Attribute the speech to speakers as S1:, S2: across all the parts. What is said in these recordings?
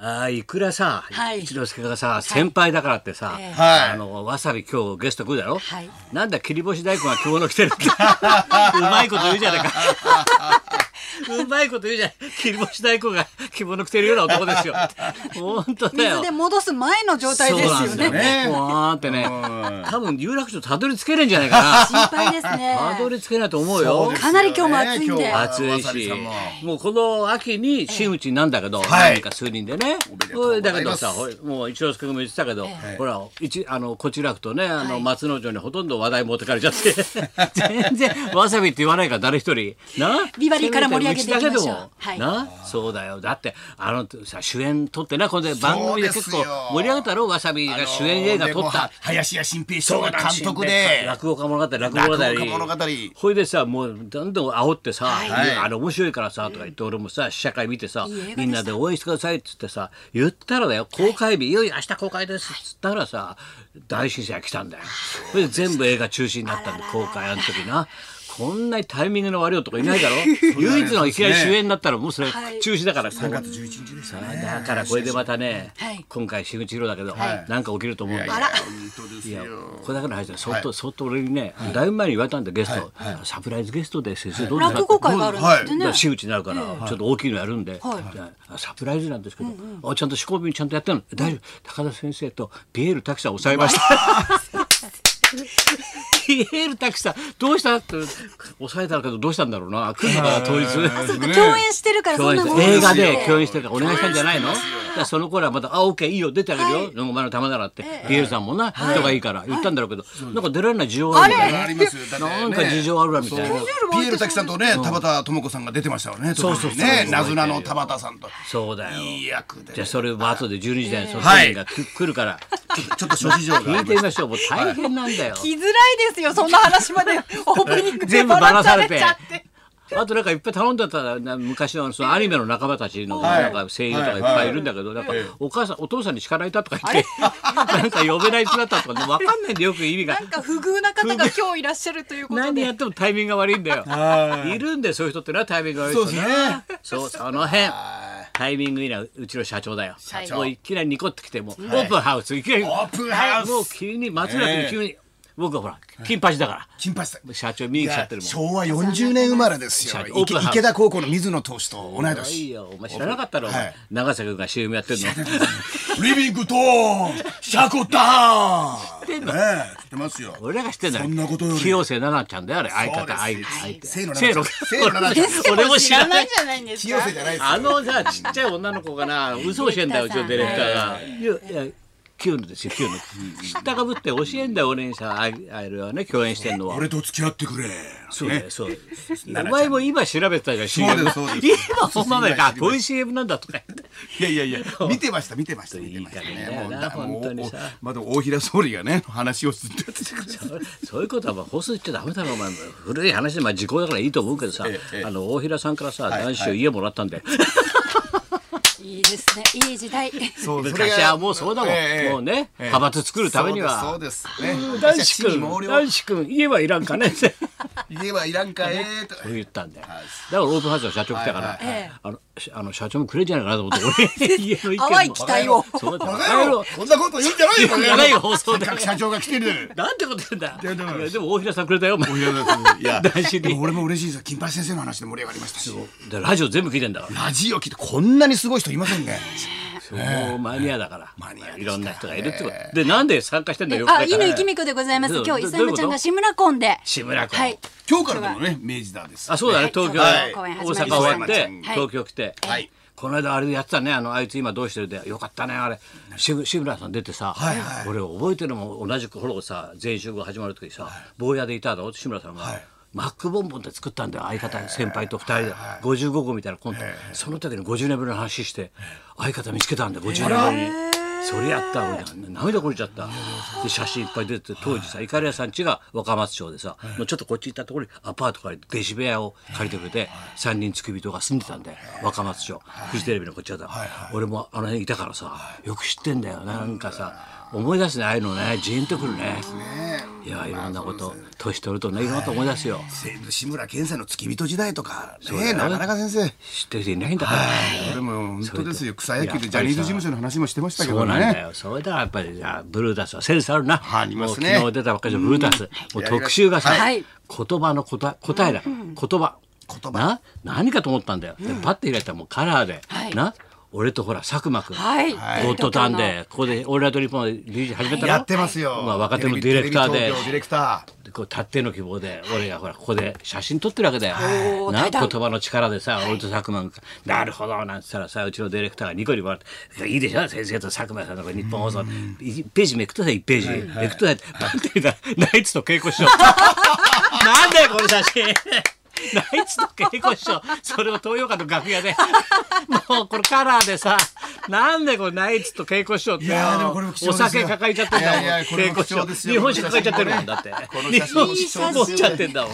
S1: ああいくらさ、
S2: はい
S1: 一之輔がさ先輩だからってさ、
S2: ええ
S3: はい
S1: あのわさび今日ゲスト来るだろ、
S2: はい
S1: なんだ切り干し大根が着物着てる ってうまいこと言うじゃないかうまいこと言うじゃない切り干し大根が着物着てるような男ですよ本当だよ
S2: 水で戻す前の状態ですよ
S1: そうなん
S2: ね。
S1: ですよねわーってね多分有楽町たどり着けるんじゃないか
S2: 心配ですね。
S1: なたどり着けないと思うよ
S2: かなり今日も暑いんで
S1: 暑い
S3: わさび
S1: し
S3: さんも、
S1: もうこの秋に真打ちになんだけど、
S3: はい
S1: 何か数人でね
S3: おめでとうございます
S1: だけどさほいもう一之輔君も言ってたけど、ほら一あのこちらくとねあの松之丞にほとんど話題持ってかれちゃって 全然わさびって言わないから誰一人な
S2: ビバリーから盛り上げていきましょ
S1: せ
S2: う
S1: めてうちだけども
S2: はい
S1: なそうだよだってあのさ主演取ってなこれで番組で結構
S3: そうですよ
S1: 盛り上げたろわさびが主演映画撮
S3: でも
S1: っ
S3: は
S1: た。
S3: 林家新平師匠が監督で
S1: 落語家物語落語
S3: 落
S1: 物語
S3: 語家物語
S1: ほいでさもうどんどん煽ってさ、
S3: い
S1: あれ面白いからさとか言って、俺もさ試写会見てさ
S2: いい映画でした
S1: みんなで応援してくださいっつってさ言ったらだよ公開日、い、よいよ明日公開ですっつったらさ大震災が来たんだよ。それで全部映画中止になったんで公開あの時な。こんなにタイミングの悪い男い ないだろ唯一のいきなり主演になったらもうそれ
S2: はい
S1: 中止だから、
S3: 3月11日ですよね
S1: だからこれでまたね、
S2: はい
S1: 今回新口郎だけど、なんか起きると思うんだよ
S2: あら、
S3: 本当です
S1: いや
S3: よ
S1: これだけの話だよそっと、そっと俺にね、だいぶ前に言われたんでゲスト、サプライズゲストで先生どうですか
S2: 落語会があるんですって
S1: だ
S2: ね。
S1: から真打ちになるから、ちょっと大きいのやるんで、
S2: はい
S1: じゃあサプライズなんですけど、あちゃんと仕込みちゃんとやってるの大丈夫高田先生とピエール滝さんを抑えました。 ピエール滝さんどうしたって抑えたけどどうしたんだろうな来るのかな当日。
S2: そうか共演してるから そ
S1: 共
S2: ん
S1: 演
S2: な
S1: し
S2: もん
S1: て映画
S2: で
S1: で
S2: すよ
S1: 共演してるからお願いしたんじゃないのだからその頃はまた「あオッケーいいよ出てあげるよ、
S2: はい
S1: 野駒の玉なら」って、ピエールさんもな、人がいいから言ったんだろうけど、なんか出られない需要があるみたいな
S3: ありますよだってね
S1: なんか事情あるわみたいな
S3: そうピエール滝さんとね田畑智子さんが出てましたよね
S1: そうそうそう
S3: 途中にねなずなの田畑さんと
S1: そうだよ
S3: いい役で
S1: じゃあそれは後で12時台にその
S3: はい
S1: 人が来来るから
S3: ちょっと諸事情があり
S1: 聞い
S3: ます
S1: てみましょうもう大変なんだよ
S2: 聞きづらいですよそんな 話までオープニングで
S1: 全部ばらされて
S2: ばらされちゃって
S1: あとなんかいっぱい頼んだったらな昔のそのアニメの仲間たちの
S3: はい
S1: なんか声優とかいっぱいいるんだけどなんかお母さんお父さんに叱られたとか言って なんか呼べない人だったとかねわかんないんだよよく意味が
S2: なんか不遇な方が今日いらっしゃるということ
S1: 何や
S2: で
S1: ってもタイミングが悪いんだ よいるんだよそういう人ってのはタイミングが悪い人
S3: そうですね
S1: そうその辺タイミングいいなうちの社長だよ社
S2: 長
S1: もういきなりニコってきてもうオープンハウスいきなり
S3: オープンハウス
S1: もう急に松浦君急に僕はほら金八だか
S3: 金八さん
S1: ら社長見に来ちゃってるもん
S3: 昭和40年生まれですよ
S1: 社長オープンハウス
S3: 池田高校の水野投手と同
S1: い
S3: い
S1: い
S3: 年
S1: よお前知らなかったろ、お
S3: は
S1: 前
S3: い
S1: 長瀬君が CM やってるの
S3: リビングトーンシャコターンねえ知ってますよ
S1: 俺らが知ってんだよ
S3: そんなことより
S1: 清瀬奈々ちゃんだよあれ相方相
S3: そうです
S1: 相手
S3: 清野
S1: 清野
S3: 菜名
S1: 俺
S3: 清野菜名
S1: 俺も知らない
S2: じゃないんです
S3: 清瀬じゃないですよ
S1: あのさちっちゃい女の子がな嘘を教えんだようちのディレクターが。いやいや清野ですよ清野知ったかぶって教えんだよ俺にさああれはね共演してんのは。
S3: 俺と付き合ってくれ
S1: そうだよ、そうだよ。お前も今調べてたじゃん、
S3: うで
S1: CM。
S3: すそうです
S1: 今そんなのか、あこういう CM なんだとか言って。
S3: いやいやいや、見てました、見てました、見てました
S1: いい加減だ
S3: ね。
S1: よ
S3: もう
S1: な
S3: だ、も
S1: 本当
S3: う
S1: に
S3: お
S1: さ
S3: まだ大平総理がね、話をずっとやっててくれた。
S1: そういうことはまあ放送言っちゃダメだろお前古い話でまあ時効だからいいと思うけどさ、
S3: ええええ
S1: あの大平さんからさ
S3: い
S1: 男子を家もらったんで、
S2: いいですねいい時代
S3: そうです
S1: 昔はもうそうだもん、
S3: ええええ
S1: もうね、
S3: ええ
S1: 派閥作るためには
S3: そうです、そうです
S1: 男
S3: ね。
S1: 子
S3: 私は地に
S1: 君
S3: 毛
S1: 男
S3: 量、
S1: 子君家はいらんかねって
S3: 家はいらんかえーと。
S1: 言ったんだよだからオープンハウスの社長来たから、
S3: はい
S2: はいええ
S1: あのしあの社長もくれんじゃないかなと思 って俺家の意見も
S2: 淡い期待を
S1: そうだ
S3: バ
S1: バ
S3: カ
S1: カ
S3: 野
S1: 野
S3: 郎
S1: 郎
S3: こんなこと言うんじゃないよ、
S1: 言わないよ放
S3: せ
S1: 送
S3: っ
S1: で
S3: かく社長が来てる。
S1: なんてこと言うんだ
S3: やでも
S1: いやでも大平さんくれたよお前
S3: いやだってい や
S1: 男子に
S3: でも俺も嬉しいですよ金八先生の話で盛り上がりましたし
S1: だからラジオ全部聞いてんだから
S3: ラジオ聞いてこんなにすごい人いませ んね
S1: もうマニアだから、
S3: マニアですから
S1: いろんな人がいるってこと、でなんで参加してんだよ
S2: あ
S1: よく考えたら
S2: 乾きみこでございます
S1: どう
S2: 今日
S1: ど
S2: 伊佐山ちゃんが志村コンで
S1: 志村君、
S2: はい
S3: 今日からでもね明治だです
S1: あそうだね、
S2: はい
S1: 東京、
S2: は
S1: 大阪
S2: い公演始ま
S1: 終
S2: りました
S1: わって、
S3: はい
S1: 東京来て、
S3: はい
S1: この間あれやってたねあのあいつ今どうしてるでよかったねあれ志志村さん出てさ、
S3: はいはい
S1: 俺覚えてるのも同じ頃さ前週が始まる時にさ、坊やでいただろ志村さんが。
S3: はい
S1: マックボンボンで作ったんだよ相方に先輩と二人で55号みたいなコントその時に50年ぶりの話して相方見つけたんだよ50年ぶりにそれやった俺涙これちゃったで写真いっぱい出てて当時さイカリアさん家が若松町でさもうちょっとこっち行ったところにアパートから弟子部屋を借りてくれて3人付き人が住んでたんだよ若松町フジテレビのこっちだった俺もあの辺いたからさよく知ってんだよなんかさ思い出すねああいうのねジーンとくるね。いやいろんなこと年取るとねいろんなこと思い出すよ
S3: 志村けんさんの付き人時代とか
S1: うだ
S3: ね
S1: よ
S3: なかなか先生
S1: 知ってる人いないんだから
S3: 俺も本当ですよ草野球
S1: やっぱ
S3: で
S1: り
S3: ジ
S1: さ
S3: ャニーズ事務所の話もしてましたけ
S1: そう
S3: ど
S1: なんだ
S3: ね
S1: よ。それだやっぱりじゃあブルーダスはセンスあるな。
S3: ありますね
S1: もう昨日出たばっかりのブルーダス。もう特集がさ、
S2: はい
S1: 言葉の答え答えだ。言葉。
S3: 言葉
S1: な何かと思ったんだよ。でパッて開いたらもうカラーで。
S2: はい
S1: な俺とほら佐久間君。
S2: はい
S1: ゴッドタンでここでオールナイトリポンで DJ 始めたの。
S3: やってますよ
S1: まあ若手のディレクター
S3: テレビ
S1: で
S3: 東京ディレクター
S1: こうたっての希望で俺がほらここで写真撮ってるわけだよ。
S2: おー
S1: な
S2: 対談
S1: 言葉の力でさ俺と佐久間が「なるほど」なんつったらさうちのディレクターがニコニコ笑って「いいでしょ先生と佐久間さんのこれ日本放送」一ページめくってさ1ページめくってさバンって見たらナイツと稽古しよう。 なんだよこの写真ナイツと稽古しようそれを東洋館の楽屋でもうこれカラーでさなんでこれナイツと稽古しようって
S3: いやーでもこれも貴
S1: お
S3: 重ですよ
S1: 酒抱えちゃってんだもん
S3: いやいやこれ
S1: 稽
S3: も
S1: 古
S3: 貴
S1: しよ
S3: 重
S1: う
S3: ですよ
S1: 日本酒抱えちゃってるもんだって
S3: この
S1: 日
S3: 写真
S1: 本酒持っちゃってんだもん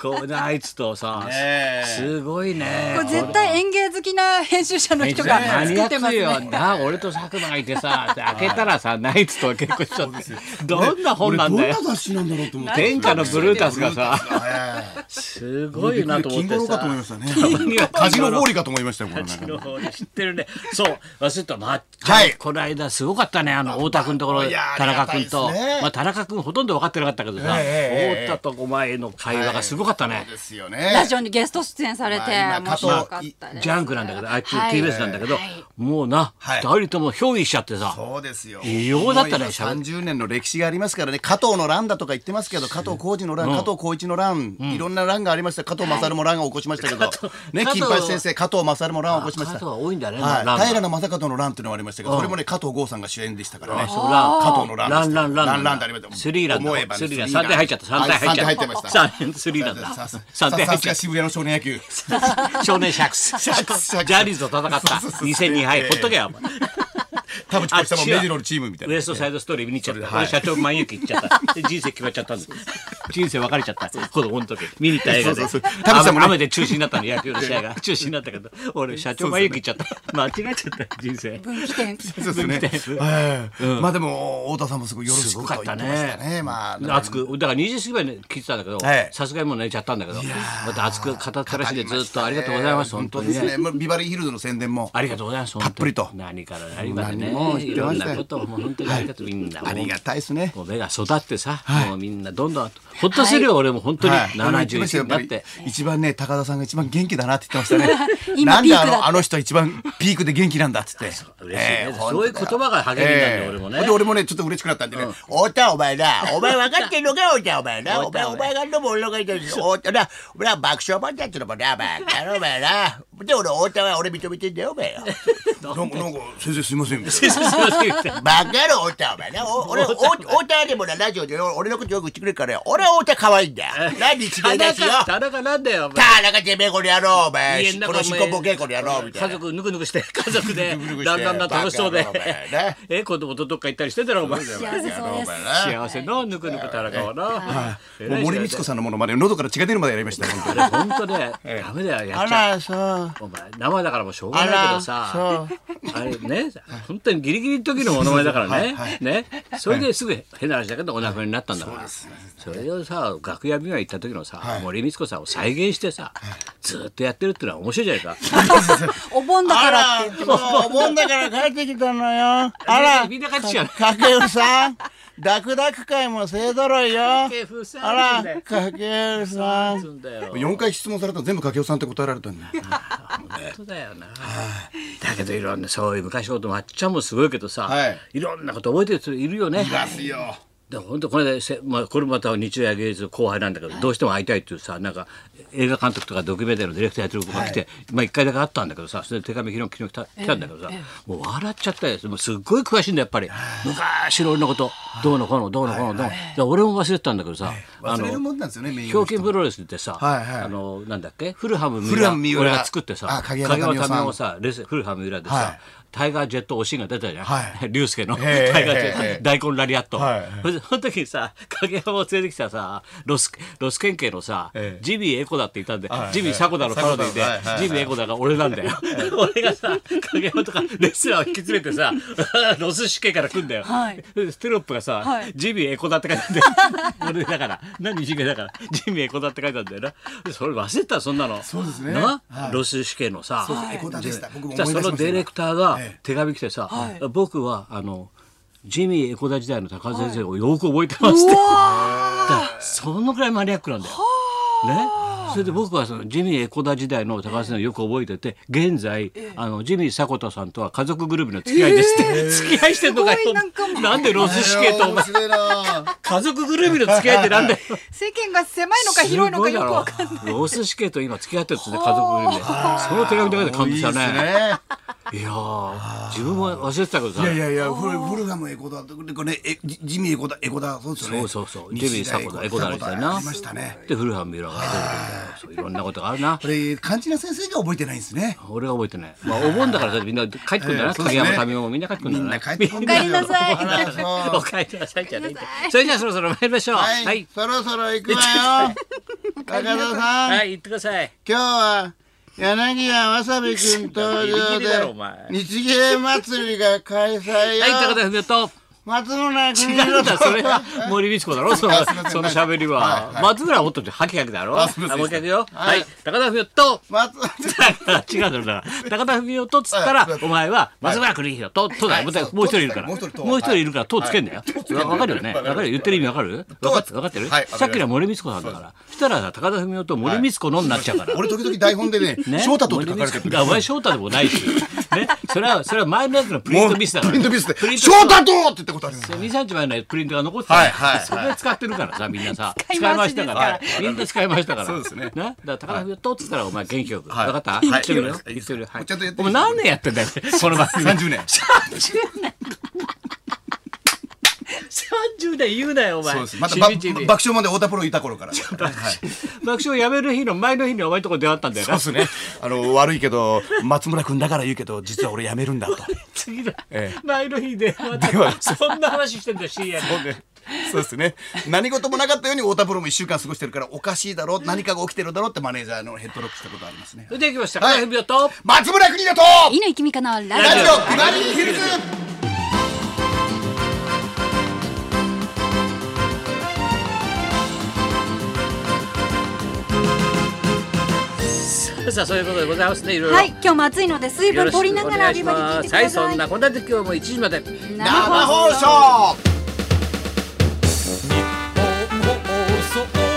S1: こうねあいつとさ、
S3: ねえ
S1: すごいね
S2: これ絶対園芸好きな編集者の人が
S1: マニ
S2: 作
S1: ア
S2: ってま
S1: ック
S2: す
S1: よ
S2: ね。
S1: な俺と佐久間がいてさ開けたらさナイツと結婚しちゃってどんな本なんだよ
S3: 俺どんな雑誌なんだろうと思って
S1: 天下のブルータスがさ
S3: ええ
S1: すごいなと思っ
S3: 金
S1: て
S3: 五郎かと思いま
S1: さ
S3: したねカジノホーリーかと思い ましたよこれ
S1: 私の方に知ってるねそう忘れたまっちゃん、
S3: はい
S1: この間すごかったねあの太田君ところ
S3: いや
S1: 田中君と、
S3: ありがたいですね
S1: まあ、田中君ほとんど分かってなかったけどさ、
S3: ええええ
S1: 太田とお前の会話がすごかったね、
S3: ですよ
S2: ラ
S3: ね
S2: ジオにゲスト出演されて
S3: まあ今
S2: 面白かったです。
S1: ジャンクなんだけど、あっち
S2: はい
S1: TBS なんだけど
S2: はい、
S1: もうな、
S3: はい
S1: 二人とも憑依しちゃってさ、
S3: そうですよ
S1: 異様だったね
S3: もう今30年の歴史がありますからね加藤の乱だとか言ってますけど加藤浩二の乱、加藤浩一の乱、いろんな乱がありました加藤勝も乱を起こしましたけど、ね
S1: 加藤
S3: 金八先生加藤勝も乱を起こしまし
S1: あ
S3: た
S1: 数は多いんだね、ラン
S3: はい、平
S1: ラン
S3: 野正門の乱っていうのもありましたけど、それもね加藤剛さんが主演でしたからね。
S1: そうラン
S3: 加藤の
S1: ラ
S3: 乱
S1: ンランラン
S3: ランランってありました。
S1: スリーランだ
S3: 思えばね
S1: スリーラン
S3: スリー
S1: 三点入っちゃった三点入っちゃった
S3: はい三点入ってました。
S1: 三点スリーランだ
S3: さす
S1: 三点入
S3: さ
S1: っ
S3: す
S1: ちゃ
S3: が
S1: っ
S3: 渋谷の少年野球。
S1: た少年シャックスジ
S3: ャックス
S1: ャニーズと戦った
S3: そうそうそう
S1: 2 0 0 2敗ほっとけよお前
S3: 田淵こうしたも
S1: あ
S3: ん
S1: 違う
S3: メジロのチームみたい
S1: ウ
S3: な
S1: エ。ストサイドストーリー見に行っちゃった、
S3: は
S1: 俺
S3: い
S1: 社長万有期行っちゃったで人生決まっちゃったんです人生別れちゃった子供の時見に行った映画で
S3: そうそうそう田口
S1: 雨
S3: さんもね
S1: 雨で中止になったの野球の試合が中止になったけど俺社長万有期行っちゃった間違えちゃった人生
S2: 分岐点。
S3: そう ですね。はいまあでも太田さんもすごいよろし
S1: すご
S3: く
S1: か
S3: と
S1: った
S3: 言って
S1: ね
S3: ましたね。まあ
S1: 熱くだから20時ぐらいに聞いてたんだけど
S3: はい
S1: さすがにもう寝ちゃったんだけどまた熱く語ったらしいでずっとありがとうございます本当に
S3: です
S1: ね
S3: ね。もうビバリーヒルズの宣伝も
S1: ありがとうございます
S3: たっぷりと
S1: 本当に何から何までね
S3: 何も言
S1: い
S3: って
S1: ろ
S3: ま
S1: ん
S3: したよ
S1: なことをもう本当にありがとうみんな
S3: ありがたいですね。
S1: もう目が育ってさ、もうみんなどんどんほっとするよ、俺も本当に、
S3: はい
S1: 71になっ
S3: や
S1: て
S3: ぱ。り一番ね高田さんが一番元気だなって言ってましたね
S2: 今
S3: なんであ
S2: ピークだって
S3: のあの人一番ピークで元気なんだっつって
S1: 嬉しいね
S3: ええ
S1: そういう言葉が励みになるね俺もね
S3: ほんで俺もねちょっと嬉しくなったんでね「おたお前なお前分かってんのかおたお前なお前お前がどうも俺のがいてるおたな俺は爆笑問題ってのもなお前なお前なで俺おたは俺認めてんだよお前よなんかなんか先生すいませんみたいなバカ野郎、太田お前な。お俺、お太田でもな、ラジオで俺のことよく言ってくれるからよ。俺は太田可愛いんだよ。何一
S1: 田
S3: 芸で
S1: 中
S3: すよ。
S1: 田中なんだよ、お前
S3: たらかてめえこの野郎、お前。
S1: 家の中
S3: このしこぼけこの野郎、みた
S1: 家
S3: いな。
S1: 族ぬくぬくして、家族で
S3: ぬくぬくして、
S1: だんだんだん楽しそうで
S3: バカ野郎お前ね、
S1: え、子供とどっか行ったりしてたら、お前。
S2: 幸せそうです。
S1: 幸せのぬくぬく田中はな。えらい幸せ
S3: さんのものまで喉から血が出るまでやりました
S1: あれ、本当 ね、ダメだよ、やっちゃう。
S3: ら、そう。
S1: お前、生だからもうしょうがないけどさ。あれね、本当にギリギリの時のものまねだからね。ね。それですぐ変な話だけどお亡くなりになったんだから。それをさ、楽屋見舞い行った時のさ、森光子さんを再現してさ、ずっとやってるってのは面白いじゃないか。
S2: お盆だ
S3: あ
S2: からっ
S3: ら
S2: て。、
S3: もうお盆だから帰ってきたのよ。あら、
S1: みんな帰ってきちゃう
S3: かけうさん、ダクダク会も勢ぞろいよ。あ
S1: けふさん
S3: ら、かけうさん。
S1: んだよ。
S3: 4回質問されたら全部かけうさんって答えられたんだ
S1: 本当だよな。だけどいろんなそういう昔のこともあっちゃんもすごいけどさ、
S3: はい
S1: いろんなこと覚えてる人いるよね。
S3: ますよ。
S1: だから本当これでせ、まあ、これまた日夜芸術の後輩なんだけど、どうしても会いたいっていうさなんか映画監督とかドキュメンタリーのディレクターやってる子が来て、まあ、1回だけ会ったんだけどさそれで手紙昨日昨日来た来たんだけどさ、もう笑っちゃったよもうすっごい詳しいんだやっぱり、昔の俺のことどうのこうのどうのこうのどうの、だから俺も忘れてたんだけどさ、あの
S3: もんなんですよね、メイン
S1: ひょうきんプロレスってさ、
S3: はいはい
S1: あのなんだっけフルハム
S3: フルハム三
S1: 三
S3: 浦
S1: 浦俺が作ってさ
S3: あ影山民生さん
S1: 民生をさレスフルハム三浦でさ、
S3: はい
S1: タイガージェットおしんが出たじゃん、
S3: は
S1: 龍介の
S3: ええええ
S1: タイガージェット、
S3: ええ
S1: 大根ラリアット、
S3: はい
S1: それでその時にさ影山を連れてきたさロスロス県警のさ、
S3: ええ
S1: ジビー栄子ダっていたんで、ジミー・シャコダのパロディで、
S3: はいはい
S1: ジミー・エコダが俺なんだよ。 俺がさ、影山とかレスラーを引き連れてさ、 ロス死刑から来んだよ。
S2: はい
S1: でテロップがさ、
S2: はい
S1: ジミー・エコダって書いてあ るんだよ。俺だから、何ジミーだから、ジミー・エコダって書いてあるんだよな。それ忘れてた、そんなの。
S3: そうですね
S1: な、
S3: はい
S1: ロス死刑のさ、
S3: エコダでした僕も思い
S1: じゃ
S3: 出
S1: あそ
S3: しました
S1: のディレクターが
S3: ええ
S1: 手紙来てさ、
S2: はい
S1: 僕はあのジミー・エコダ時代の高田先生をよく覚えてますって、だからそのぐらいマニアックなんだよ。ね、それで僕はそのジミー・エコダ時代の高橋先生をよく覚えてて現在あのジミー・迫田さんとは家族ぐるみの付き合いですって、付き合いしてんのかよ
S2: すごいなんかもう
S1: なんでロス死刑とお
S3: 面
S1: 前
S3: 白いな
S1: 家族ぐるみの付き合いってなんだよ
S2: 世間が狭いのか広いのかよくわかんない
S1: すごいだろロス死刑と今付き合ってるっつって家族ぐるみでその手紙だけで感動した
S3: いいです
S1: ね。いやー自分も忘れてたけどさ
S3: いやいやいや、フルフルガムエコダとでこれえジジミーエコダエコダそうですよね。
S1: そうそうそうジミーサコダエコダみたい
S3: あ
S1: な
S3: りましたね。
S1: で古畑ミュラーが出てくるんだよそういろんなことがあるな
S3: これ肝心な先生が覚えてないんですね。
S1: 俺は覚えてないまあお盆だからさみんな帰ってくるんだな
S3: ええそうです
S1: 影
S3: ね
S1: 山民生もみんな帰ってくる
S3: み
S1: ん
S3: ん
S1: だ
S3: な帰
S1: な
S3: ってこん
S2: 帰りなさい
S1: お帰りなさいじゃねえんだよそれじゃあそろそろ参りましょう
S3: はい、
S1: はい
S3: そろそろ行くわよ。高田さん、
S1: はい行ってください
S3: 今日は柳家わさび君登場
S1: ギリギリだろお前
S3: で日芸祭りが開催よ。
S1: はい高田文夫と
S3: 松村君
S1: 違うんだそれ は森美智子だろその
S3: あすいません
S1: その喋りは松村はもっとハキハキだろあ
S3: すいません
S1: もう一回行くよは
S3: はいい
S1: 高田文夫と
S3: 松
S1: 違うのだから高田文夫とっつったらお前は松村邦弘ととだよもう一人いるからも
S3: も
S1: う
S3: う一人と
S1: 一人いるからとつけんだよわかるよねわかる言ってる意味わかるわかってわかってる
S3: はいわかります
S1: さっきのは森光子さんだからそしたらさ高田文夫と森光子のになっちゃうから
S3: 俺時々台本でね
S1: ね
S3: 翔太とって書かれて
S1: 森光
S3: る
S1: 子あお前翔太でもないしねそれはそれは前のやつのプリントミスだから
S3: プリントミスで
S1: プリント
S3: 翔太とって言ったことある
S1: そう23日前のプリントが残ってたから
S3: はいはいはい
S1: それ使ってるからさみんなさ
S2: 使い回
S1: し
S2: したで
S1: か、
S2: すから
S1: みんな使いましたから
S3: そうですね
S1: なだから高田文夫とっつったらお前元気よく、
S3: はい
S1: 分かった、
S3: はい
S1: 言ってみるよ
S3: はい
S1: 言ってみるはい
S3: ちゃんとやって
S1: お
S3: み
S1: 前
S3: る
S1: 何年やってんだよ この番組
S3: 30年
S1: 30年言うなよお前
S3: そうですまた
S1: し
S3: ば
S1: みじみ
S3: 爆笑まで太田プロいた頃から
S1: 爆笑やめる日の前の日にお前んとこ出会ったんだよな
S3: そうですねあの悪いけど松村君だから言うけど実は俺辞めるんだと
S1: 次の、
S3: ええ
S1: 前の日で
S3: 電話
S1: そんな話してんだよ深夜に
S3: そうですね何事もなかったように太田プロも1週間過ごしてるからおかしいだろう何かが起きてるだろうってマネージャーのヘッドロックしたことありますね
S1: それでは行きました
S3: はい
S1: 高田文夫と
S3: 松村邦だと
S2: 犬きみかなラジ
S3: ラジオビバリーヒルズ
S1: さあそういうことでございますねいろいろ、
S2: はい今日も暑いので水
S1: よろ
S2: 分
S1: しくお
S2: 取りながら
S1: 願い
S2: ビ
S1: し
S2: バリー聞
S1: ま
S2: いてく
S1: すは
S2: だ
S1: いそ
S2: さ
S1: ん
S2: い
S1: なこんなで今日も1時まで
S2: 生
S3: 生放送
S1: 放送